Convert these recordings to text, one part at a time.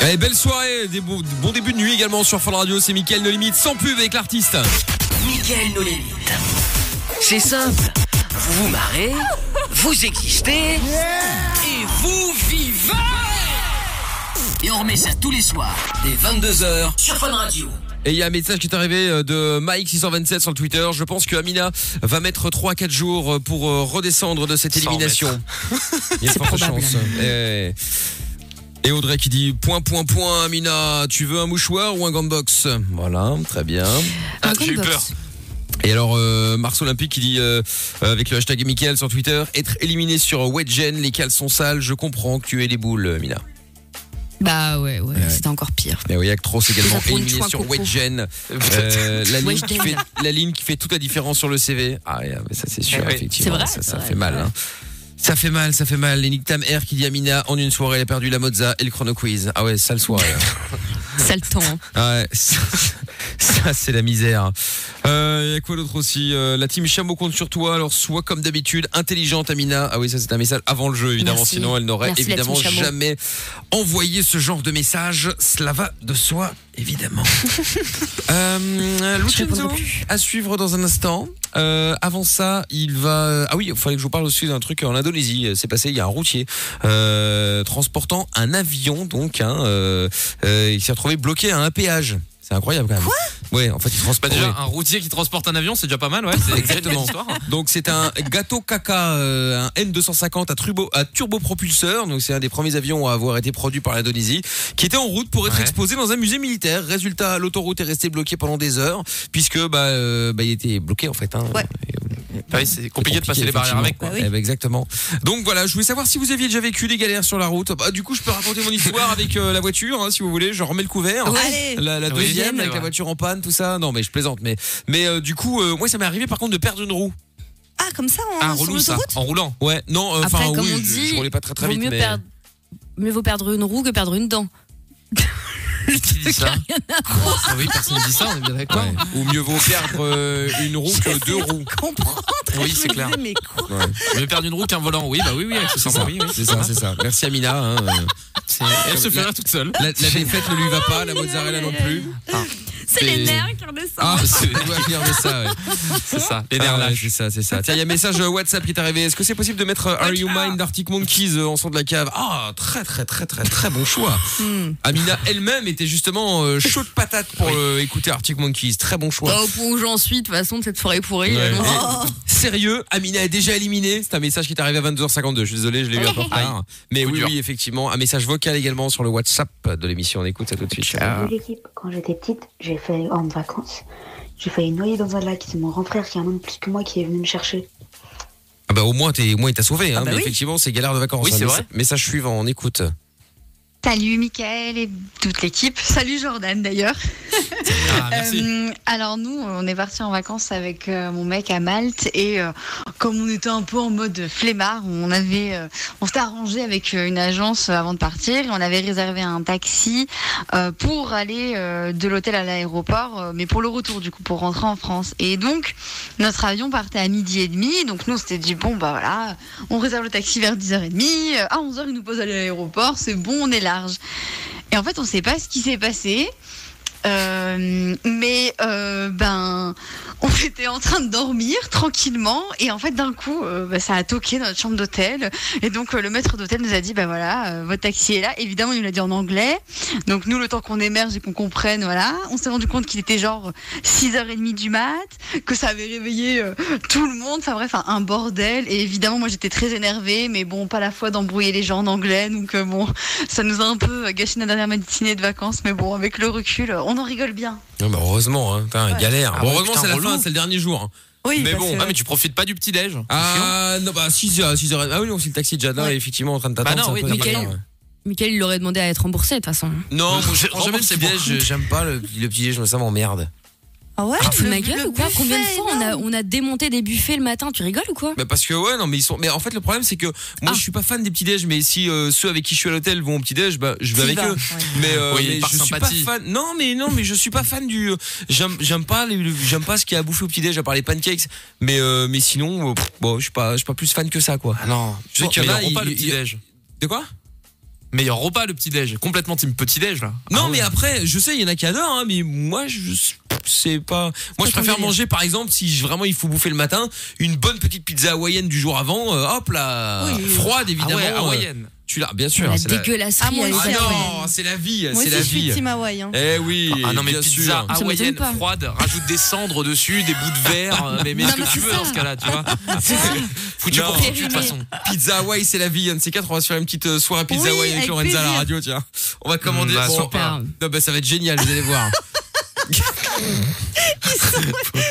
Allez, Eh, belle soirée, des beaux- bon début de nuit également sur Fun Radio, c'est Mickaël No Limite, sans pub avec l'artiste. Michael nos limites. C'est simple. Vous vous marrez, vous existez et vous vivez. Et on remet ça tous les soirs dès 22h sur Fun Radio. Et il y a un message qui est arrivé euh, de Mike627 sur le Twitter. Je pense que Amina va mettre 3 à 4 jours euh, pour euh, redescendre de cette Sans élimination. Il y a C'est forte probable. chance. Et... et Audrey qui dit point point point Amina, tu veux un mouchoir ou un gant de boxe Voilà, très bien. Ah, j'ai eu peur. Et alors euh, Mars Olympique qui dit euh, euh, avec le hashtag Michael sur Twitter être éliminé sur Wedgen, les cales sont sales, je comprends que tu aies les boules Amina. Bah ouais, ouais, Ouais. c'était encore pire. Et Eh oui, Actros également Ça prend une éliminé fois sur coco. Wedgen. Peut-être. Euh, la, ligne Wedgen. qui fait, la ligne qui fait toute la différence sur le CV. Ah, ouais, mais ça c'est sûr, Eh oui. effectivement. C'est vrai, ça, ça c'est vrai, fait mal. c'est hein. Ça fait mal, ça fait mal. Et Nick Tam R qui dit Amina, en une soirée, elle a perdu la mozza et le chrono quiz. Ah ouais, sale soirée. hein. Ça le temps. Ah ouais, ça, ça, c'est la misère. Euh, Il y a quoi d'autre aussi Euh, La team Chameau compte sur toi. Alors, sois comme d'habitude intelligente, Amina. Ah oui, ça c'est un message avant le jeu, évidemment. Merci. Sinon, elle n'aurait Merci, la team évidemment Chameau. jamais envoyé ce genre de message. Cela va de soi, évidemment. euh, Lucenzo, à suivre dans un instant. Euh, avant ça, il va. Ah oui, il fallait que je vous parle aussi d'un truc en Indonésie. C'est passé. Il y a un routier euh, transportant un avion, donc, hein, euh, euh, il s'est retrouvé bloqué à un péage. C'est incroyable quand même. Quoi Ouais, en fait, il transporte. Bah, déjà, ouais. un routier qui transporte un avion, c'est déjà pas mal, ouais. C'est Exactement. l'histoire. Donc c'est un gâteau caca, euh, un N250 à, turbo, à turbopropulseur. Donc c'est un des premiers avions à avoir été produit par l'Indonésie, qui était en route pour être exposé dans un musée militaire. Résultat, l'autoroute est restée bloquée pendant des heures puisque bah, euh, bah, il était bloqué en fait. hein. Bah c'est compliqué de passer les barrières avec, quoi. effectivement. Eh ben, exactement. Donc voilà, je voulais savoir si vous aviez déjà vécu des galères sur la route. Bah, du coup, je peux raconter mon histoire avec euh, la voiture, hein, si vous voulez. Je remets le couvert. Ouais. Allez. La, la Oui, deuxième bien, avec ouais. la voiture en panne, tout ça. Non, mais je plaisante. Mais, mais euh, du coup, euh, moi, ça m'est arrivé par contre de perdre une roue. Ah, comme ça, en, Ah, sur relou, ça. l'autoroute En roulant. Ouais. Non. euh, Après, Enfin, comme oui, on je- dit, je, roulais pas très très vaut vite. Mieux, mais- perdre- mieux vaut perdre une roue que perdre une dent. Qui dit ça Ah oui, personne dit ça, on est bien d'accord. Ou mieux vaut perdre euh, une roue que deux roues. Oui, c'est clair. Mais quoi Mieux perdre une roue qu'un volant, oui, bah oui, oui, C'est accessoirement, ça, oui, oui. c'est ça, c'est ça. Merci Amina. hein, euh. Elle se fait rire toute seule. La, la défaite ne lui va pas, la mozzarella non plus. C'est les nerfs qui redescendent. Ah, c'est venir de ça, ouais. C'est ça, les nerfs Ah ouais, lâches. c'est ça, c'est ça. Tiens, il y a un message euh, WhatsApp qui est arrivé. Est-ce que c'est possible de mettre euh, Are You Mine d'Arctic Monkeys euh, en son de la cave Ah, très très très très très bon choix. Hmm. Amina elle-même était justement euh, chaud de patate pour euh, écouter Arctic Monkeys. Très bon choix. Oh, Bah, au point où j'en suis, de toute façon, de cette forêt pourrie. Ouais. euh, non. Et- Sérieux, Amina est déjà éliminée. C'est un message qui est arrivé à 22h52. Je suis désolé, je l'ai eu un peu tard. Mais oui, oui, effectivement, un message vocal également sur le WhatsApp de l'émission. On écoute ça tout de suite. Salut l'équipe, quand j'étais petite, j'ai fait en vacances, j'ai failli noyer dans un lac. C'est mon grand frère qui a un an de plus que moi qui est venu me chercher. Ah bah au moins, t'es- au moins, il t'a sauvé. hein. Ah bah mais oui. effectivement, c'est galère de vacances. Oui, c'est Hein, vrai. messa- Message suivant, on écoute. Salut Mickaël et toute l'équipe. Salut Jordan d'ailleurs. Ah, merci. Euh, alors nous, on est parti en vacances avec euh, mon mec à Malte et euh, comme on était un peu en mode flemmard, on avait, euh, on s'était arrangé avec euh, une agence avant de partir et on avait réservé un taxi euh, pour aller euh, de l'hôtel à l'aéroport, euh, mais pour le retour du coup, pour rentrer en France. Et donc notre avion partait à midi et demi, donc nous on s'était dit bon bah voilà, on réserve le taxi vers 10h30, euh, à 11h il nous pose à l'aéroport, c'est bon, on est large. Et en fait on ne sait pas ce qui s'est passé. Euh, mais euh, ben, on était en train de dormir tranquillement et en fait d'un coup, euh, bah, ça a toqué dans notre chambre d'hôtel et donc euh, le maître d'hôtel nous a dit ben voilà, euh, votre taxi est là. Évidemment, il nous l'a dit en anglais. Donc nous, le temps qu'on émerge et qu'on comprenne, voilà, on s'est rendu compte qu'il était genre 6h30 du mat, que ça avait réveillé euh, tout le monde. Enfin bref, un, un bordel. Et évidemment, moi j'étais très énervée, mais bon, pas la foi d'embrouiller les gens en anglais. Donc euh, bon, ça nous a un peu gâché notre dernière matinée de vacances, mais bon, avec le recul, on en rigole bien. Non, bah heureusement, hein. Putain, galère. Ah Bon, ouais, heureusement, putain, c'est la relou. fin, c'est le dernier jour. hein. Oui, Mais parce bon, que- ah, mais tu profites pas du petit-déj. Ah, non, bah, 6h, 6h. Ah oui, non, si le taxi est déjà là, Ouais. effectivement, en train de t'attendre. Bah non, c'est un oui, peu t'as galère, pas le ouais. Michael, il aurait demandé à être remboursé, de toute façon. Non, moi, je Rembourse, jamais le c'est petit-déj, je- j'aime pas le, le petit-déj, je me- ça m'emmerde. Ah ouais, Tu te fous de le- ma gueule le ou quoi buffet Combien de fois on a, énorme. on a démonté des buffets le matin Tu rigoles ou quoi Bah parce que ouais non mais ils sont mais en fait le problème c'est que moi Ah. je suis pas fan des petits déj mais si euh, ceux avec qui je suis à l'hôtel vont au petit déj bah je vais T'y avec vas, eux ouais. mais, euh, Oui, mais par je suis sympathie. pas fan non mais non mais je suis pas fan du euh, j'aime j'aime pas les- le- j'aime pas ce qu'il y a à bouffer au petit déj à part les pancakes mais euh, mais sinon euh, pff, bon je suis pas je suis pas plus fan que ça quoi Ah non. Je sais qu'il y en a, ils n'auront pas ils- le petit-déj. de quoi Meilleur repas, le petit-déj. Complètement team petit-déj, là. Non, Ah ouais. mais après, je sais, il y en a qui adorent, hein, mais moi, je sais pas. Moi, je ton préfère délire. manger, par exemple, si je- vraiment il faut bouffer le matin, une bonne petite pizza hawaïenne du jour avant, euh, hop là, froide évidemment. Ah ouais, euh, hawaïenne. Tu l'as, bien sûr. La c'est la- Ah, dégueulasserie moi à Ah aussi, l'Italie. non, c'est la vie, Moi c'est aussi, la je suis vie. team Hawaï. hein. Eh oui, Ah non, mais bien pizza sûr. Ça m'étonne hawaïenne, pas. froide, rajoute des cendres dessus, des bouts de verre, euh, mais mets Non, ce mais que tu c'est veux ça. dans ce cas-là, tu vois. Foutu Non. pour foutu, de toute Périmé. façon. Pizza Hawaï, c'est la vie. Un de ces quatre, on va se faire une petite euh, soirée pizza Oui, Hawaï avec avec Lorenza à la plaisir. radio, tiens. On va commander. Mm, bah, bon, super. euh, non, bah, ça va être génial, vous allez voir.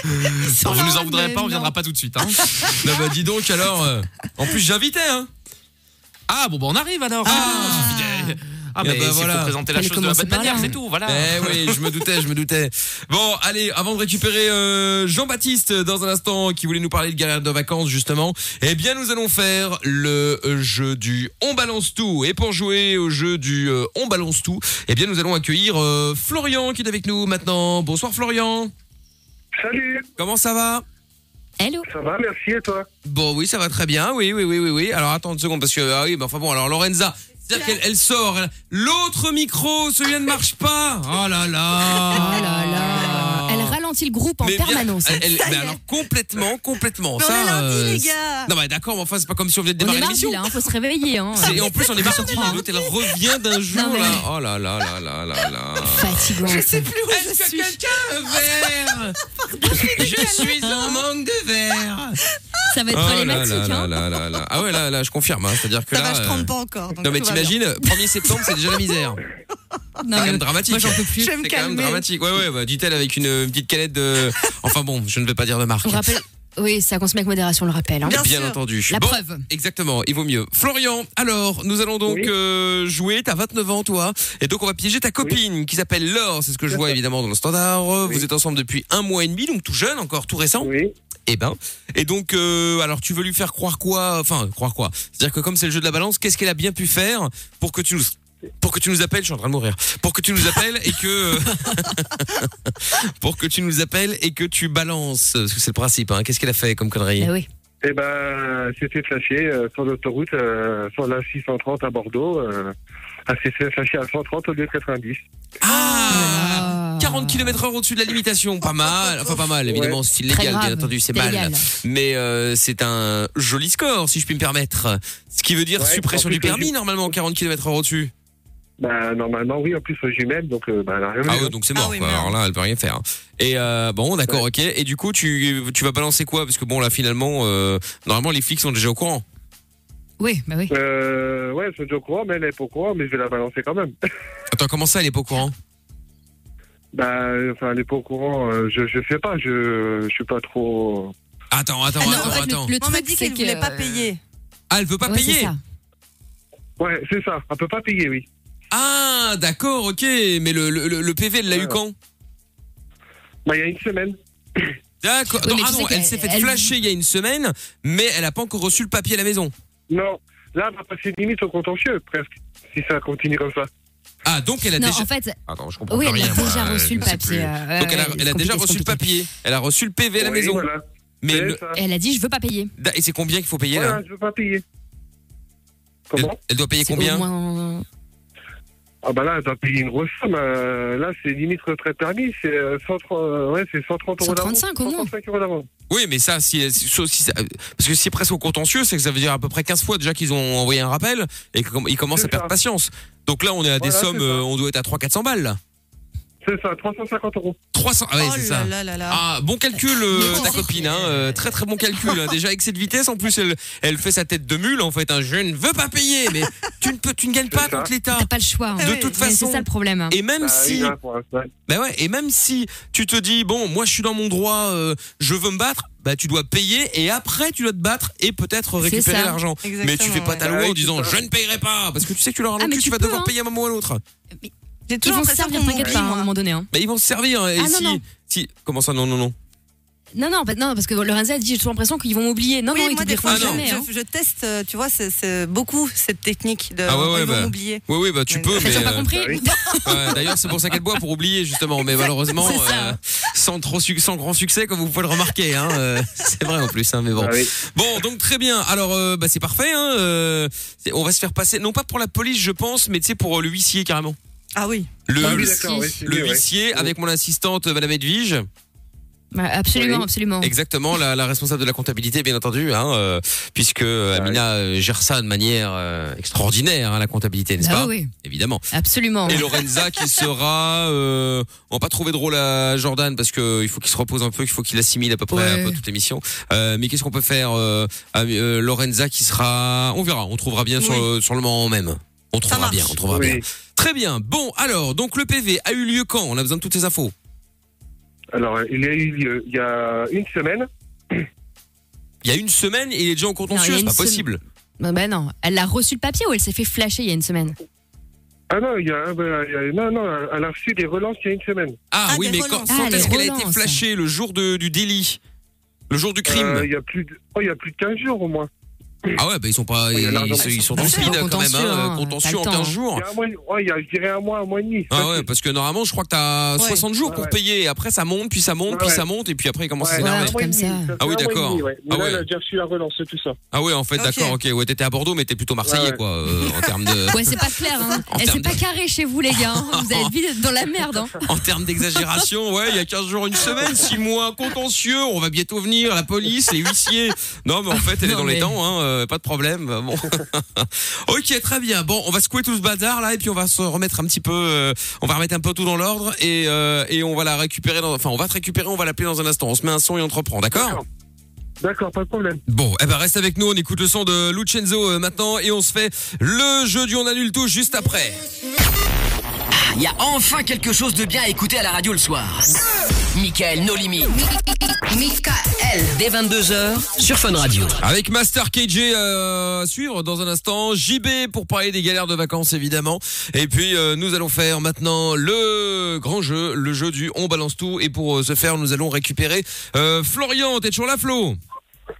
Bon, vous nous en drôles, voudrez mais euh, pas, on viendra non. pas tout de suite. Hein. non, bah, dis donc, alors. euh, en plus, j'invitais, hein. Ah bon, bah on arrive alors. Ah. Ah, Eh mais bah, c'est voilà. faut présenter la Fallait chose de la commencer bonne par là, manière, hein. c'est tout, voilà. Eh oui, je me doutais, je me doutais. Bon, allez, avant de récupérer euh, Jean-Baptiste euh, dans un instant qui voulait nous parler de galère de vacances justement, eh bien nous allons faire le euh, jeu du on balance tout. Et pour jouer au jeu du euh, on balance tout, eh bien nous allons accueillir euh, Florian qui est avec nous maintenant. Bonsoir Florian. Salut, Comment ça va Hello. ça va, merci et toi Bon oui, ça va très bien. Oui oui oui oui oui. Alors attends une seconde parce que ah oui, bah, enfin bon, alors Lorenza c'est-à-dire qu'elle elle sort. elle- L'autre micro, celui-là ne marche pas. Oh là là. Oh là là. Elle ralentit le groupe en Ah. Mais bien- permanence. hein. elle- elle- Ça y mais est. alors complètement, complètement. Mais on ça, est lundi, euh, les c'est- gars. Non, mais d'accord, mais enfin, c'est pas comme si on venait de On démarrer est mardi l'émission. là, hein, faut se réveiller. Hein. C'est- Et en plus, on est mardi, et l'autre, elle revient d'un jour, mais- là. Oh là là là là là là. Fatigant. sais plus où Est-ce que quelqu'un a un verre Je suis en manque de verre. Ça va être Oh là problématique. là là là hein. là là. Ah ouais, là, là, je confirme. hein. C'est-à-dire que Ça là. va, je euh, trempe pas encore. donc Non, mais tout va bien. t'imagines, 1er septembre, c'est déjà la misère. Non, C'est quand mais- même dramatique. Moi, j'en peux plus. Je vais me C'est quand même calmer. dramatique. Ouais, ouais, bah, dit-elle avec une euh, petite canette de. Enfin bon, je ne vais pas dire de marque. On rappelle. Oui, ça consomme avec modération, on le rappelle. hein. Bien Bien sûr. entendu. La Bon, preuve. Exactement, il vaut mieux. Florian, alors, nous allons donc Oui. euh, jouer. T'as 29 ans, toi. Et donc, on va piéger ta copine qui s'appelle Laure. C'est ce que je vois évidemment dans le standard. Vous êtes ensemble depuis un mois et demi, donc tout jeune, encore tout récent. Oui, Et ben. Et donc, euh, alors, tu veux lui faire croire quoi Enfin, croire quoi C'est-à-dire que comme c'est le jeu de la balance, qu'est-ce qu'elle a bien pu faire pour que tu nous. Pour que tu nous appelles, je suis en train de mourir. Pour que tu nous appelles et que pour que tu nous appelles et que tu balances, parce que c'est le principe. Hein. Qu'est-ce qu'elle a fait comme connerie Bah oui. eh ben, c'était flashé euh, sur l'autoroute, euh, sur la 630 à Bordeaux. Euh, ah, c'était flashé à 130 au lieu de 90. Ah 40 kilos km heure au-dessus de la limitation, Ah, pas mal, enfin pas mal, évidemment, c'est Très illégal, grave. bien entendu, c'est mal. Illégal. Mais euh, c'est un joli score, si je puis me permettre. Ce qui veut dire Ouais, suppression en plus, du permis, c'est- normalement, 40 km heure au-dessus. Bah, normalement, oui, en plus aux jumelles, donc euh, bah, elle a rien Ah vu. ouais, donc c'est mort, Ah oui, quoi. merde. alors là, elle peut rien faire. Et euh, bon, d'accord, ok. Et du coup, tu, tu vas balancer quoi Parce que bon, là, finalement, euh, normalement, les flics sont déjà au courant. Oui, bah oui. Euh, ouais, je suis au courant, mais elle est pas au courant, mais je vais la balancer quand même. Attends, comment ça, elle est pas au courant bah, euh, enfin, elle n'est pas au courant, euh, je, je sais pas, je, je suis pas trop. Attends, attends, Ah non, en attends, fait, attends. le, le On m'a truc, dit c'est qu'elle que- voulait pas payer. Ah, elle peut pas Ouais, c'est payer ça. Ouais, c'est ça, elle peut pas payer, oui. Ah, d'accord, ok. Mais le, le, le- le PV, elle l'a Ouais. eu quand Bah, il y a une semaine. D'accord. Oui, Non, mais ah tu sais non, elle qu'elle- s'est faite elle- flasher il y a une semaine, mais elle a pas encore reçu le papier à la maison. Non, là, elle va passer limite au contentieux, presque, si ça continue comme ça. Ah, donc elle a Non, déjà. en fait, Attends, je comprends oui, plus elle a rien, moi, déjà euh, reçu le je sais plus. papier. euh, ouais, Donc elle a, ouais, elle a c'est déjà compliqué, reçu le c'est compliqué. papier, elle a reçu le PV à la Oui, maison. Voilà. Mais C'est le- ça. Elle a dit, je veux pas payer. et c'est combien qu'il faut payer Voilà, là je veux pas payer. elle, Comment elle doit payer C'est au combien moins- Ah bah là, elle doit payer une grosse somme. euh, là, c'est limite retraite permis, c'est euh, 130, euh, ouais, c'est 130 euros d'amende. 135 au moins. 135 euros d'amende. Oui, mais ça, si, si- sauf si ça- parce que si c'est presque au contentieux, c'est que ça veut dire à peu près 15 fois déjà qu'ils ont envoyé un rappel et qu'ils commencent C'est à perdre ça. patience. Donc là, on est à des Voilà, c'est sommes, ça. euh, on doit être à 300-400 balles là. C'est ça, 350 euros. 300, ah ouais, oh c'est ça. là là là là. Ah, bon calcul, euh, Non, ta c'est- copine, hein, euh, très très bon calcul. hein. Déjà avec cette vitesse, en plus, elle, elle fait sa tête de mule en fait. hein. Je ne veux pas payer, mais tu ne peux, tu ne gagnes pas C'est ça. contre l'État. T'as pas le choix. hein. De oui. toute Ouais, façon. C'est ça le problème. hein. Et même Bah, si, une heure pour l'instant. bah ouais, et même si tu te dis bon, moi je suis dans mon droit, euh, je veux me battre, bah tu dois payer et après tu dois te battre et peut-être C'est récupérer ça. l'argent. Mais tu Exactement, fais pas ta ouais. loi Ouais, en disant c'est ça. je ne payerai pas parce que tu sais que tu leur as le Ah, mais cul, tu, tu vas peux, devoir hein. payer à un moment ou à l'autre. J'ai Ils toujours vont se l'impression servir, qu'on m'oublie, t'inquiète pas, hein, à un moi. moment donné. hein. Mais ils vont se servir hein, et Ah, non, si, non. si comment ça non non non. Non, non, en fait, non, parce que Lorenza a dit, j'ai toujours l'impression qu'ils vont m'oublier. Non, Oui, non, ils moi, des t'oublieront fois, Ah, je, non. jamais. hein. je- je teste, euh, tu vois, c'est- c'est beaucoup cette technique de Ah ouais, ouais, ils vont bah. m'oublier. Oui oui bah tu Mais- peux Elles mais ont pas euh, compris bah oui. ouais, d'ailleurs c'est pour ça qu'elle boit pour oublier justement mais malheureusement C'est ça. euh, sans trop suc- sans grand succès comme vous pouvez le remarquer hein, euh, c'est vrai en plus hein, mais bon. Ah oui. Bon, donc très bien. Alors euh, bah c'est parfait hein, euh, c'est- on va se faire passer non pas pour la police je pense mais tu sais pour euh, le huissier carrément. Ah oui. Le, Ah oui, le- d'accord, oui, c'est le mieux, ouais. huissier avec mon assistante euh, madame Edwige. Bah, absolument, Oui. absolument. Exactement, la, la responsable de la comptabilité, bien entendu, hein, euh, puisque Ah Amina euh, gère ça de manière euh, extraordinaire, hein, la comptabilité, n'est-ce Ah pas oui, Évidemment. absolument. Et Lorenza qui sera, euh, on va pas trouver drôle à Jordan parce que il faut qu'il se repose un peu, qu'il faut qu'il assimile à peu près, Ouais. un peu toute l'émission. Euh, mais qu'est-ce qu'on peut faire euh, à- euh, Lorenza qui sera, on verra, on trouvera bien sur, le- sur le moment même. On trouvera marche. bien, on trouvera Oui. bien. Très bien. Bon, alors, donc le PV a eu lieu quand On a besoin de toutes ces infos. Alors, euh, il a eu lieu il y a une semaine. Il y a une semaine et il est déjà en contentieux, Non, il y a c'est une pas semaine. possible. Bah, bah non, elle a reçu le papier ou elle s'est fait flasher il y a une semaine Ah non, il y a, ah, bah, il y a- non, non, elle a reçu des relances il y a une semaine. Ah Ah, oui, des mais quand, relances. quand Ah, les est-ce qu'elle a été relances. flashée le jour de- du délit Le jour du crime Euh, il, y a plus de, oh, il y a plus de 15 jours au moins. Ah ouais, bah ils sont pas. il y a Ils, l'argent. sont- ils sont Ah, dans le c'est speed en quand même, contentieux, hein, hein, contentieux t'as en le temps, 15 Il jours. y a un mois, ouais, il y a, je dirais un mois, un mois et demi. Ah ouais, parce que normalement, je crois que t'as 60 jours pour Ouais. payer. Après, ça monte, puis ça monte, puis Ouais. ça monte, et puis après, ils commencent à Ouais. s'énerver. un truc comme ça. Ah oui, d'accord. Ah Ah ouais. ouais. a déjà reçu la relance, tout ça. Ah ouais, en fait, Ok. d'accord, ok. Ouais, t'étais à Bordeaux, mais t'es plutôt Marseillais, Ouais. quoi, euh, en termes de. Ouais, c'est pas clair, hein. En Elle termes s'est pas carrée chez vous, les gars. hein. Vous avez vite dans la merde, hein. En termes d'exagération, ouais, il y a 15 jours, une semaine, 6 mois, contentieux, on va bientôt venir, la police, les huissiers. Non, mais en fait, elle est Non, dans les mais- dents, hein, euh, pas de problème. Bon. ok, très bien. Bon, on va secouer tout ce bazar là, et puis on va se remettre un petit peu, euh, on va remettre un peu tout dans l'ordre, et, euh, et on va la récupérer, dans- enfin, on va te récupérer, on va l'appeler dans un instant. On se met un son et on te reprend, d'accord D'accord. D'accord, pas de problème. Bon, eh ben reste avec nous, on écoute le son de Lucenzo euh, maintenant, et on se fait le jeu du on annule tout juste après. Ah, Il y a enfin quelque chose de bien à écouter à la radio le soir. Michael No Limit. Michael. Dès 22h sur Fun Radio. Avec Master KJ euh, à suivre dans un instant, JB pour parler des galères de vacances évidemment, et puis euh, nous allons faire maintenant le grand jeu, le jeu du on balance tout, et pour euh, ce faire nous allons récupérer euh, Florian, t'es toujours là Flo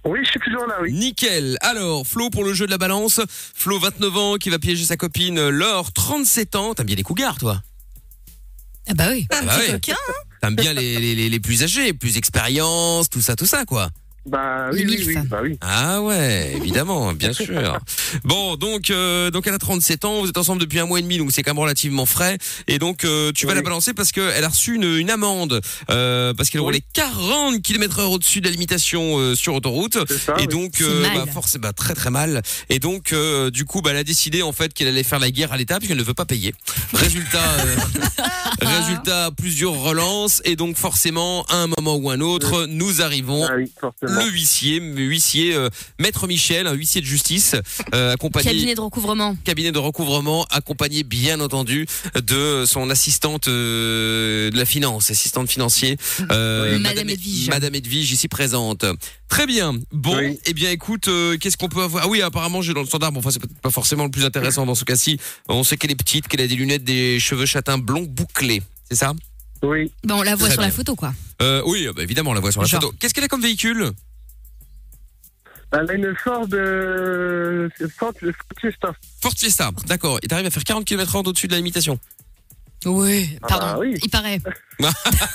Oui, je suis toujours là, oui. Nickel. Alors, Flo pour le jeu de la balance. Flo, 29 ans, qui va piéger sa copine euh, Laure, 37 ans. T'aimes bien les cougars, toi Ah bah oui. Un bah petit ouais. coquin. hein. T'aimes bien les, les, les- les plus âgés, plus expérience, tout ça, tout ça, quoi. Bah Les oui, oui, milfs. oui, bah oui. Ah ouais, évidemment, bien sûr. Bon, donc euh, donc elle a 37 ans, vous êtes ensemble depuis un mois et demi, donc c'est quand même relativement frais. Et donc euh, tu vas Oui. la balancer parce que elle a reçu une, une amende euh, parce qu'elle roulait 40 km/h au-dessus de la limitation euh, sur autoroute. C'est ça. Et Ah oui. donc, C'est euh, mal. bah, forcément, bah, très très mal. Et donc, euh, du coup, bah, elle a décidé en fait qu'elle allait faire la guerre à l'État puisqu'elle ne veut pas payer. Résultat, euh, résultat, plusieurs relances. Et donc, forcément, à un moment ou un autre, nous arrivons Ah oui, forcément. le huissier, mais huissier euh, maître Michel, un huissier de justice, euh, accompagné Cabinet de recouvrement. cabinet de recouvrement, accompagné bien entendu de son assistante euh, de la finance, assistante financier, euh, Oui. Madame Edwige. Madame Edwige ici présente. Très bien. Bon, Oui. eh bien écoute, euh, qu'est-ce qu'on peut avoir Ah oui, apparemment j'ai dans le standard. Bon, enfin c'est peut-être pas forcément le plus intéressant dans ce cas-ci. On sait qu'elle est petite, qu'elle a des lunettes, des cheveux châtains blonds bouclés. C'est ça Oui, Bon, Bah, on la voit Très sur bien. la photo, quoi. euh, Oui, bah, évidemment, on la voit sur la Genre. photo. Qu'est-ce qu'elle a comme véhicule elle a une Ford, euh, Ford Ford Fiesta. Ford Fiesta, d'accord. Et t'arrives à faire 40 km h au-dessus de la limitation. Oui, Ah pardon. bah oui. Il paraît.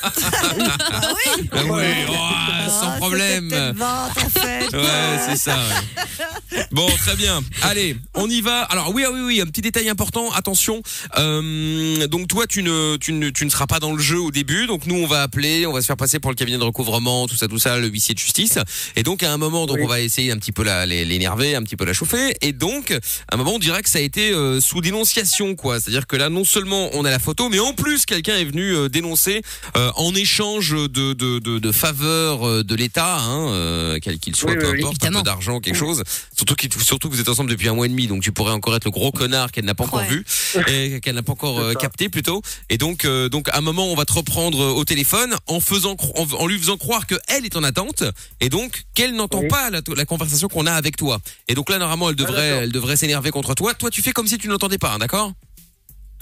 Ah oui. Ah oui, oh, Ah, sans c'était problème. peut-être 20, en fait. Ouais, c'est ça. ouais. Bon, très bien. Allez, on y va. Alors oui, ah oui, oui, un petit détail important. Attention. Euh, donc toi, tu ne, tu ne, tu ne seras pas dans le jeu au début. Donc nous, on va appeler, on va se faire passer pour le cabinet de recouvrement, tout ça, tout ça, le huissier de justice. Et donc à un moment, donc Oui. on va essayer un petit peu la, l'é- l'énerver, un petit peu la chauffer. Et donc à un moment, on dirait que ça a été euh, sous dénonciation, quoi. C'est-à-dire que là, non seulement on a la photo, mais en plus, quelqu'un est venu euh, dénoncer euh, en échange de, de, de, de faveurs euh, de l'État, hein, euh, quel qu'il soit, Oui, peu oui, oui. importe, un peu Évidemment. d'argent, quelque chose. Surtout, qu'il- surtout que vous êtes ensemble depuis un mois et demi, donc tu pourrais encore être le gros connard qu'elle n'a pas encore Ouais. vu, et qu'elle n'a pas encore euh, C'est ça. capté plutôt. Et donc, euh, donc à un moment, on va te reprendre euh, au téléphone en faisant, cro- en, en lui faisant croire que elle est en attente, et donc qu'elle n'entend Oui. Ah, pas la, la conversation qu'on a avec toi. Et donc là, normalement, elle devrait, d'accord. elle devrait s'énerver contre toi. Toi, tu fais comme si tu n'entendais pas, hein, d'accord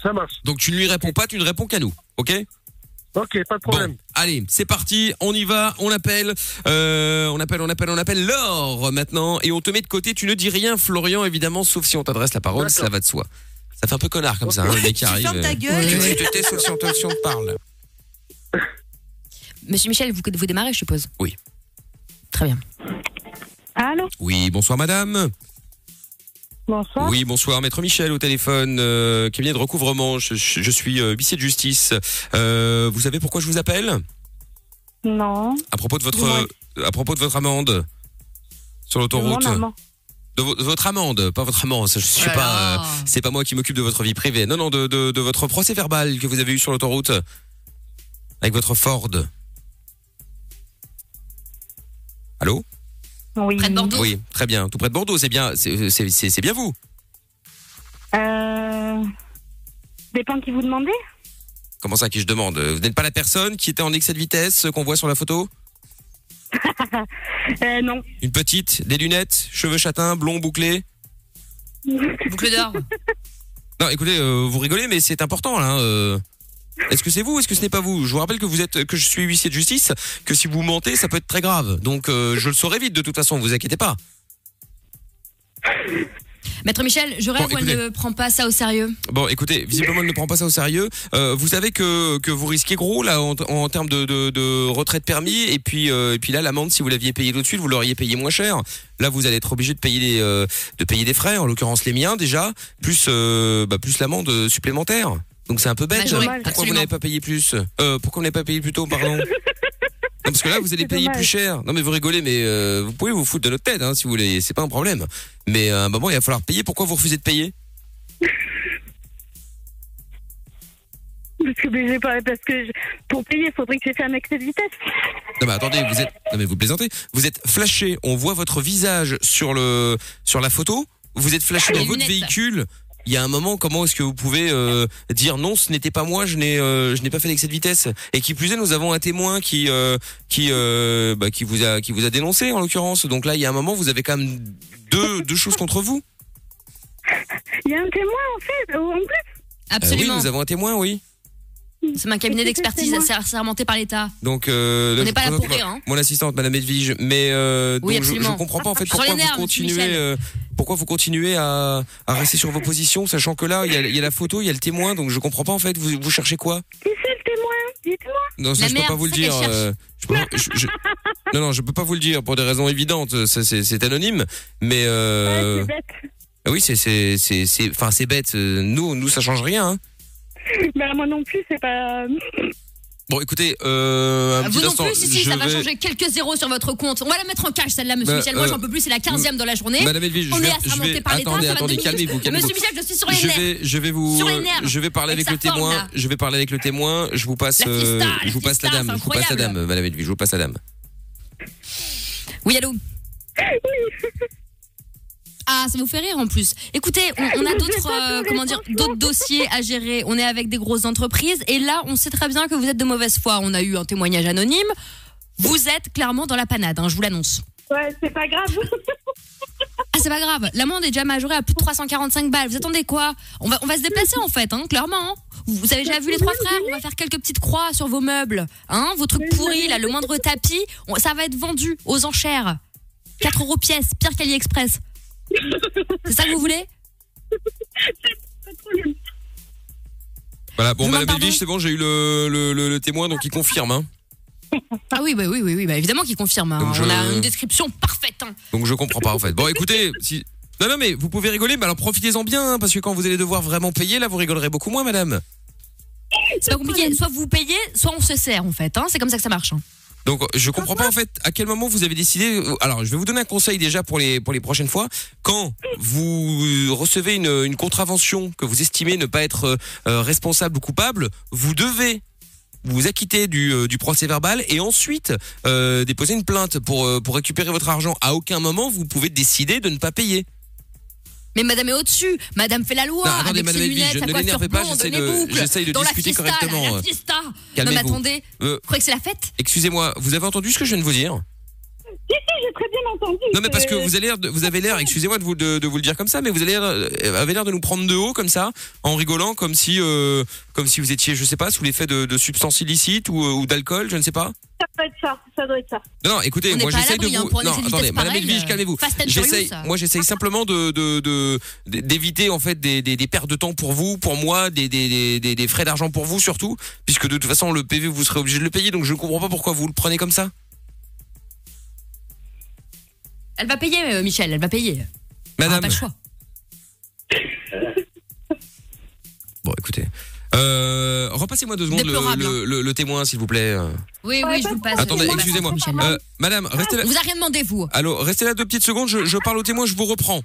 Ça marche. Donc tu ne lui réponds pas, tu ne réponds qu'à nous, ok Ok, pas de Bon, problème. allez, c'est parti, on y va, on appelle, euh, on appelle, on appelle, on appelle Laure maintenant, et on te met de côté, tu ne dis rien, Florian, évidemment, sauf si on t'adresse la parole, D'accord. cela va de soi. Ça fait un peu connard comme ça, hein, le mec qui Tu arrive. fermes ta Tu gueule. tu te tais, sauf si on te, si on te parle. Monsieur Michel, vous, vous démarrez, je suppose Oui. Très bien. Allô Oui, bonsoir madame. Bonsoir. Oui, bonsoir, maître Michel au téléphone, euh, cabinet de recouvrement. Je, je- je suis euh, huissier de justice. Euh, vous savez pourquoi je vous appelle Non. À propos de votre, Dis-moi. à propos de votre amende sur l'autoroute. De mon amant. De vo- de votre amende, pas votre amende. Je suis pas, euh, c'est pas moi qui m'occupe de votre vie privée. Non, non, de, de, de votre procès verbal que vous avez eu sur l'autoroute avec votre Ford. Allô Oui. Près de Bordeaux Oui, très bien. Tout près de Bordeaux, c'est bien, c'est- c'est c'est- c'est bien vous. Euh... Dépend qui vous demandez Comment ça, qui je demande Vous n'êtes pas la personne qui était en excès de vitesse euh, qu'on voit sur la photo euh, Non. Une petite, des lunettes, cheveux châtains, blond, bouclé. Boucle d'or. Non, écoutez, euh, vous rigolez, mais c'est important là. hein, euh. Est-ce que c'est vous ou Est-ce que ce n'est pas vous Je vous rappelle que vous êtes, que je suis huissier de justice, que si vous mentez, ça peut être très grave. Donc, euh, je le saurai vite de toute façon. Vous inquiétez pas. Maître Michel, je rêve Bon, où elle écoutez. ne prend pas ça au sérieux. Bon, écoutez, visiblement, elle ne prend pas ça au sérieux. Euh, vous savez que, que vous risquez gros là en, en termes de, de, de retrait de permis et puis euh, et puis là l'amende si vous l'aviez payé tout de suite, vous l'auriez payé moins cher. Là, vous allez être obligé de payer des euh, de payer des frais, en l'occurrence les miens déjà, plus euh, bah, plus l'amende supplémentaire. Donc c'est un peu Bah, bête. Majoré, pourquoi vous absolument. n'avez pas payé plus euh, Pourquoi vous n'avez pas payé plus tôt Pardon. non, parce que là, vous allez C'est payer dommage. plus cher. Non, mais vous rigolez, mais euh, vous pouvez vous foutre de notre tête hein, si vous voulez. C'est pas un problème. Mais euh, à un moment, il va falloir payer. Pourquoi vous refusez de payer Parce que ben, j'ai pas, parce que je- pour payer, il faudrait que j'ai fait un excès de vitesse. Non mais attendez, vous êtes non mais vous plaisantez. Vous êtes flashé, on voit votre visage sur le sur la photo. Vous êtes flashé Ah, Les dans votre lunettes. véhicule. Il y a un moment, comment est-ce que vous pouvez euh, dire non, ce n'était pas moi, je n'ai euh, je n'ai pas fait l'excès de vitesse. Et qui plus est, nous avons un témoin qui euh, qui euh, bah, qui vous a qui vous a dénoncé en l'occurrence. Donc là, il y a un moment, vous avez quand même deux deux choses contre vous. Il y a un témoin, en fait. Oh, En plus, Euh, oui, Absolument. nous avons un témoin, oui. Nous sommes un cabinet d'expertise assermenté par l'État. Donc euh, là, On je n'est vous pas là présente pour rire, mon- hein. Mon assistante, Madame Edwige, mais euh, Oui, donc, je, absolument. je comprends pas en fait Je prends pourquoi les vous nerfs, monsieur continuez, Michel. euh, pourquoi vous continuez à, à rester sur vos positions, sachant que là il y, a, il y a la photo, il y a le témoin, donc je comprends pas en fait. Vous, vous cherchez quoi qui c'est le témoin Dites-moi. Non, ça La je merde, peux pas vous le c'est ça dire. qu'elle euh, je peux pas- je- je- non, non, je peux pas vous le dire pour des raisons évidentes. ça, C'est c'est anonyme, mais euh, Ouais, c'est bête. ah oui, c'est c'est c'est c'est- enfin c'est bête. euh, Nous nous ça change rien. hein. Bah, moi non plus, c'est pas. Bon, écoutez, euh, un Vous petit non instant, plus, si, si, je ça va vais- changer quelques zéros sur votre compte. On va la mettre en cash, celle-là, monsieur Bah, Michel. Moi, euh, j'en peux plus, c'est la 15e de la journée. Madame Edwige, On je vais, est je assermenté vais par l'État. attendez, ça va attendez, deux calmez-vous, minutes. calmez-vous. Monsieur Michel, je suis sur les je nerfs. vais, je vais vous, Sur les nerfs. je vais parler avec, Avec le sa forme, témoin. là. je vais parler avec le témoin. Je vous passe, La euh, fiesta, la je vous passe la fiesta, dame. c'est Je vous passe la incroyable. dame, Madame Edwige. Je vous passe la dame. Oui, allô Ah, ça vous fait rire en plus. Écoutez, on, on a d'autres euh, comment dire d'autres dossiers à gérer. On est avec des grosses entreprises et là, on sait très bien que vous êtes de mauvaise foi. On a eu un témoignage anonyme. Vous êtes clairement dans la panade, hein, je vous l'annonce. Ouais, c'est pas grave. Ah, c'est pas grave. L'amende est déjà majorée à plus de 345 balles. Vous attendez quoi on va, on va se déplacer en fait, hein, clairement. hein. Vous vous avez déjà vu les trois frères On va faire quelques petites croix sur vos meubles, hein, vos trucs pourris, là, le moindre tapis, on- ça va être vendu aux enchères. 4 euros pièce, pire qu'AliExpress. C'est ça que vous voulez Voilà. Bon, Je vous demande Madame Edwige, pardon. c'est bon. J'ai eu le, le, le- le témoin, donc il confirme. hein. Ah oui, bah oui, oui, oui, bah évidemment qu'il confirme. hein. Donc je- On a une description parfaite. hein. Donc je comprends pas en fait. Bon, écoutez, si. Non, non, mais vous pouvez rigoler, mais alors profitez-en bien, hein, parce que quand vous allez devoir vraiment payer, là, vous rigolerez beaucoup moins, madame. C'est pas compliqué. Soit vous payez, soit on se sert en fait. hein. C'est comme ça que ça marche. hein. Donc je comprends pas en fait à quel moment vous avez décidé. euh, Alors je vais vous donner un conseil déjà pour les pour les prochaines fois. Quand vous recevez une, une contravention que vous estimez ne pas être euh, euh, responsable ou coupable, vous devez vous acquitter du, euh, du procès verbal et ensuite euh, déposer une plainte pour euh, pour récupérer votre argent. À aucun moment vous pouvez décider de ne pas payer. Mais madame est au-dessus. Madame fait la loi. Non, attendez, avec madame ses Edwige, lunettes, sa ne coiffure l'énervez pas, blonde, j'essaie les de- boucles, j'essaye de dans la discuter fiesta, là, correctement. euh. La fiesta. Non, mais Calmez-vous. attendez. Euh, Vous croyez que c'est la fête Excusez-moi, vous avez entendu ce que je viens de vous dire J'ai très bien entendu. Non mais parce que vous avez l'air, de- vous avez l'air, excusez-moi de vous de, de vous le dire comme ça, mais vous avez l'air, euh, avez l'air de nous prendre de haut comme ça, en rigolant comme si, euh, comme si vous étiez, je sais pas, sous l'effet de, de substances illicites ou, euh, ou d'alcool, je ne sais pas. doit être ça, ça doit être ça. Non, non, écoutez, On n'est moi pas à j'essaye de l'abri, hein, vous. pour un non, excès de attendez, vitesse Madame pareil, Edwige, euh, calmez-vous. Fast and J'essaye, Furious. moi j'essaye simplement de de- de- d'éviter en fait des, des, des pertes de temps pour vous, pour moi, des des, des, des, des frais d'argent pour vous surtout, puisque de toute façon le PV vous serez obligé de le payer, donc je comprends pas pourquoi vous le prenez comme ça. Elle va payer, euh, Michel, elle va payer. Ah, Madame. bah, pas le choix. Bon, écoutez, euh, repassez-moi deux secondes le, Déplorable, hein. le, le- le témoin s'il vous Ah, plaît. euh. Oui, oui, je vous le passe. Attendez, excusez-moi, Euh, Madame, restez là. Vous a rien demandé, vous Allô, restez là deux petites secondes, je, je parle au témoin, je vous reprends.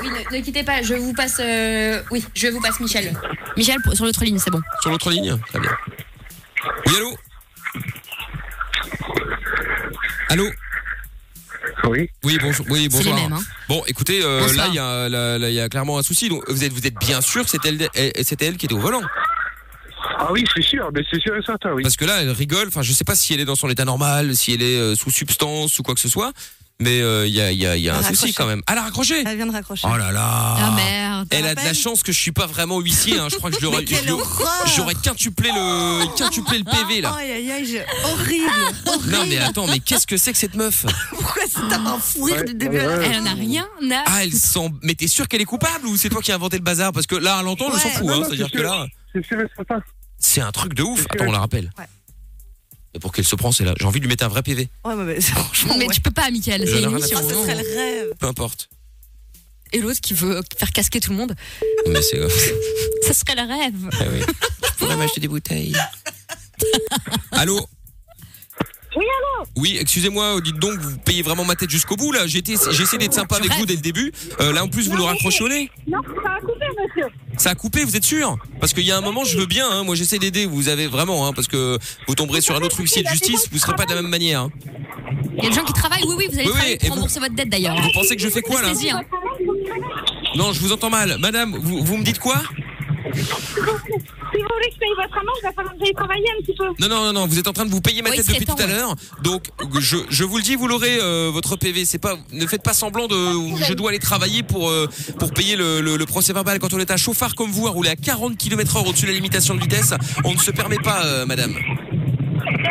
Oui, ne, ne quittez pas, je vous passe. euh, Oui, je vous passe Michel. Michel, pour- sur l'autre ligne, c'est bon. Sur l'autre ligne Très bien. Oui, allô Allô Oui. Oui, bonjour. Oui, C'est les bonsoir. mêmes, hein. Bon, écoutez, euh, Bonsoir. là, il y, a- là, là, il y a clairement un souci. Donc, vous êtes, vous êtes bien sûr que c'était elle, elle- c'était elle qui était au volant Ah oui, c'est sûr, mais c'est sûr et certain, oui. Parce que là, elle rigole. Enfin, je sais pas si elle est dans son état normal, si elle est euh, sous substance ou quoi que ce soit. Mais euh, il y a, il y a- il y a un souci quand même. Ah, la raccroché Elle vient de raccrocher. Oh là là Ah merde. Elle a de la chance que je suis pas vraiment huissier. hein. Je crois que je l'aurais- Mais quelle je l'aurais- horreur j'aurais quintuplé le quintuplé le PV Ah, là. Aïe, aïe, aïe, j'ai- horrible, Oh, horrible. Non mais attends, mais qu'est-ce que c'est que cette meuf Pourquoi c'est un fou rire du début à la fin Elle en a rien à. Ah, elle sent. Mais t'es sûr qu'elle est coupable ou c'est toi qui as inventé le bazar Parce que là, à l'entendre, je s'en fout. Non, hein. non, C'est-à-dire c'est que là, C'est sûr et certain. c'est un truc de ouf. C'est Attends, on la sûr. rappelle. Et pour qu'elle se prend, c'est là. J'ai envie de lui mettre un vrai PV. Ouais, mais franchement. Mais tu peux pas, Michael, Je c'est n'ai une rien à émission. faire. Ce serait le rêve. Peu importe. Et l'autre qui veut faire casquer tout le monde, Mais c'est. euh, ça serait le rêve. Ah oui. Je pourrais m'acheter des bouteilles. Allô Oui, allô Oui, excusez-moi, dites donc, vous payez vraiment ma tête jusqu'au bout là. J'ai été- j'ai essayé d'être sympa avec vous dès le début. Euh, là en plus, vous nous raccrochez au nez. Non, ça a coupé, monsieur. Ça a coupé, vous êtes sûr Parce qu'il y a un moment, je veux bien, hein, moi j'essaie d'aider, vous avez vraiment, hein, parce que vous tomberez sur un autre huissier de justice, vous ne serez pas de la même manière. hein. Il y a des gens qui travaillent, oui, oui, vous allez Oui, oui, travailler et pour vous- rembourser votre dette d'ailleurs. Vous pensez que je fais quoi, là Anesthésie, hein. Non, je vous entends mal. Madame, vous, vous me dites quoi Si vous voulez que je paye votre amende, il va falloir que j'aille travailler un petit peu. Non, non, non, non, vous êtes en train de vous payer ma Oui, tête c'est depuis temps, tout à ouais. l'heure. Donc, je, je vous le dis, vous l'aurez, euh, votre PV. C'est pas, ne faites pas semblant de, je dois aller travailler pour, euh, pour payer le, le- le procès verbal. Quand on est un chauffard comme vous à rouler à 40 km heure au-dessus de la limitation de vitesse, on ne se permet pas, euh, madame. bah,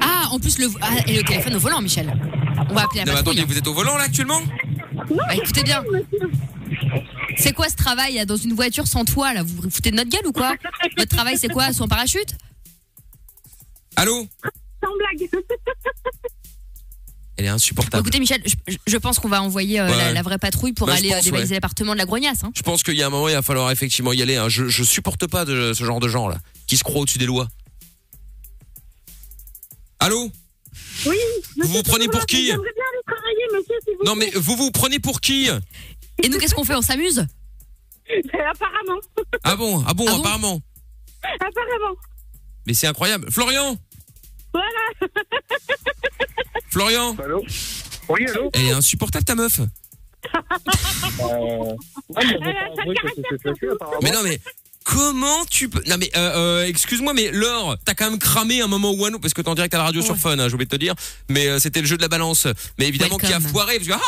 Ah, en plus, le... vo- ah, et le téléphone au volant, Michel. On va appeler la Non, mais patrouille. attendez, vous êtes au volant là actuellement Bah, écoutez bien. C'est quoi ce travail là, dans une voiture sans toit là Vous vous foutez de notre gueule ou quoi Votre travail c'est quoi Sans parachute Allô Sans blague. Elle est Bon, insupportable. Écoutez Michel, je, je- je pense qu'on va envoyer euh, la, Ouais. la vraie patrouille pour Bah, je aller euh, pense, dévaliser ouais. l'appartement de la grognasse. hein. Je pense qu'il y a un moment, il va falloir effectivement y aller. hein. Je, je supporte pas de ce genre de gens là, qui se croient au-dessus des lois. Allô Oui. Vous vous prenez pour qui J'aimerais bien aller travailler, monsieur, si vous Non mais vous vous prenez pour qui Et nous qu'est-ce qu'on fait On s'amuse Euh, Apparemment. Ah bon, ah bon, apparemment. Apparemment. Mais c'est incroyable. Florian Voilà. Florian Allô Oui, allô Elle est insupportable ta meuf. Euh, Mais non mais comment tu peux Non mais euh, euh, excuse-moi mais Laure, t'as quand même cramé un moment ou un autre parce que t'es en direct à la radio sur Fun, hein, j'ai oublié de te dire, mais euh, c'était le jeu de la balance. Mais évidemment qui a Welcome. foiré parce que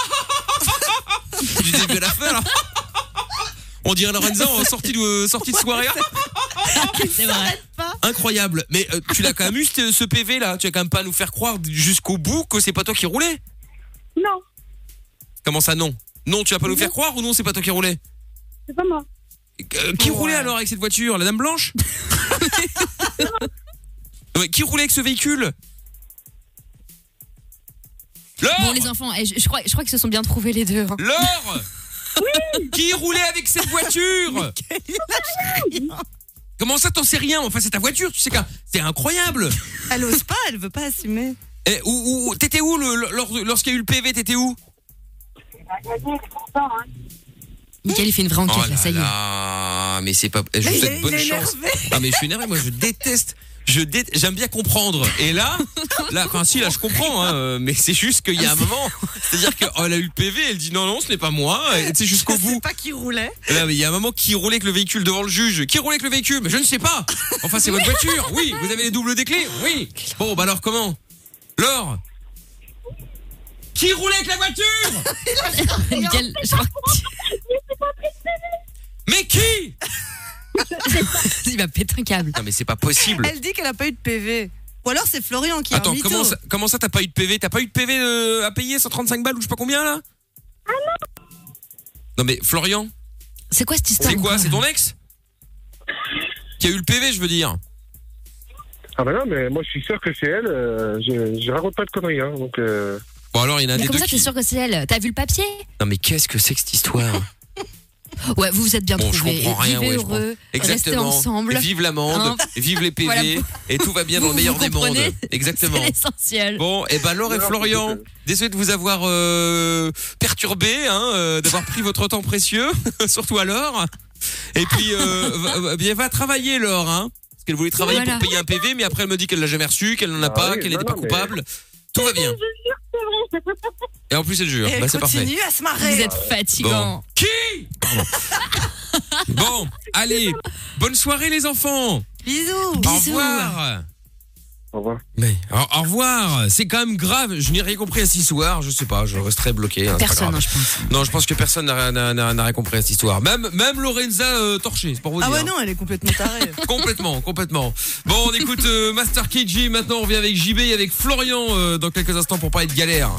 ah, Tu disais que la fin là. On dirait Lorenzo en sortie de, euh, sortie de soirée. C'est vrai. Incroyable. Mais euh, tu l'as quand même eu ce, ce PV là. Tu as quand même pas à nous faire croire jusqu'au bout que c'est pas toi qui roulais. Non, Comment ça non Non, tu vas pas nous faire croire ou non c'est pas toi qui roulais c'est pas moi. Euh, Qui roulait alors avec cette voiture La dame blanche Non, mais Qui roulait avec ce véhicule Laure Bon les enfants, eh, je, je crois, je crois qu'ils se sont bien trouvés les deux. hein. Laure Qui roulait avec cette voiture Comment ça t'en sais rien Enfin c'est ta voiture, tu sais quoi C'est incroyable Elle ose pas, elle veut pas assumer. Eh, où, où- où- T'étais où le- le- lors- lorsqu'il y a eu le PV T'étais où Michael il fait une vraie enquête Oh là, ça y est. là, mais c'est pas. eh, Je vous Mais il souhaite est- bonne il est chance. énervé. Ah mais je suis énervé, moi je déteste. Je dé- j'aime bien comprendre. Et là, là, enfin si, là je comprends, hein, euh, mais c'est juste qu'il Ah, y a un moment, c'est-à-dire qu'elle a eu le PV, elle dit non non, ce n'est pas moi, et c'est jusqu'au Je sais bout. pas qui roulait. Là, mais il y a un moment qui roulait avec le véhicule devant le juge. Qui roulait avec le véhicule Mais je ne sais pas. Enfin c'est votre voiture. Oui, vous avez les doubles des clés. Oui. Bon bah alors comment Laure. Qui roulait avec la voiture Michael, je crois Mais qui que- il va péter un câble. Non mais c'est pas possible. Elle dit qu'elle a pas eu de PV. Ou alors c'est Florian qui a un Attends, mytho. comment ça, comment ça t'as pas eu de PV T'as pas eu de PV euh, à payer 135 balles ou je sais pas combien là Ah non Non mais Florian, C'est quoi cette histoire c'est quoi encore, C'est là ton ex Qui a eu le PV je veux dire Ah bah non, mais moi je suis sûr que c'est elle. euh, je, je raconte pas de conneries. Hein, donc, euh, Bon alors il y en a un Mais des comme deux ça, t'es qui... sûr que c'est elle T'as vu le papier Non mais qu'est-ce que c'est que cette histoire Ouais, vous vous êtes bien Bon je trouvés. comprends rien. Vivez ouais, je comprends. heureux, restez Exactement. ensemble. Vive l'amende, Hein vive les PV Voilà. et tout va bien Vous- dans le meilleur vous des mondes. comprenez Exactement. C'est l'essentiel. Bon, et ben Laure et Non, Florian, écoute, désolé de vous avoir euh, perturbé, hein, euh, d'avoir pris votre temps précieux, surtout à Laure. Et puis, euh, va- va, bien, va travailler Laure, hein, parce qu'elle voulait travailler Voilà. pour payer un PV, mais après elle me dit qu'elle l'a jamais reçu, qu'elle n'en a Ah pas, oui, qu'elle non, n'était pas non, mais- coupable. Tout va bien. C'est vrai. Et en plus elle jure, Et elle bah c'est parfait. continue à se Vous marrer. êtes fatigant. Qui Pardon. bon, allez, bonne soirée les enfants. Bisous. Au Bisous. revoir. au revoir. Mais, au, au revoir. C'est quand même grave. Je n'ai rien compris à 6 soirs. Je sais pas. Je resterai bloqué. hein, c'est pas Personne, grave. hein, je pense. Non, je pense que personne n'a- n'a n'a- n'a rien compris à cette histoire. Même, même Lorenza euh, torchée, c'est pour vous Ah dire. ouais, non, elle est complètement tarée. hein. Complètement, complètement. Bon, on écoute euh, Master KG. Maintenant, on revient avec JB et avec Florian euh, dans quelques instants pour parler de galère.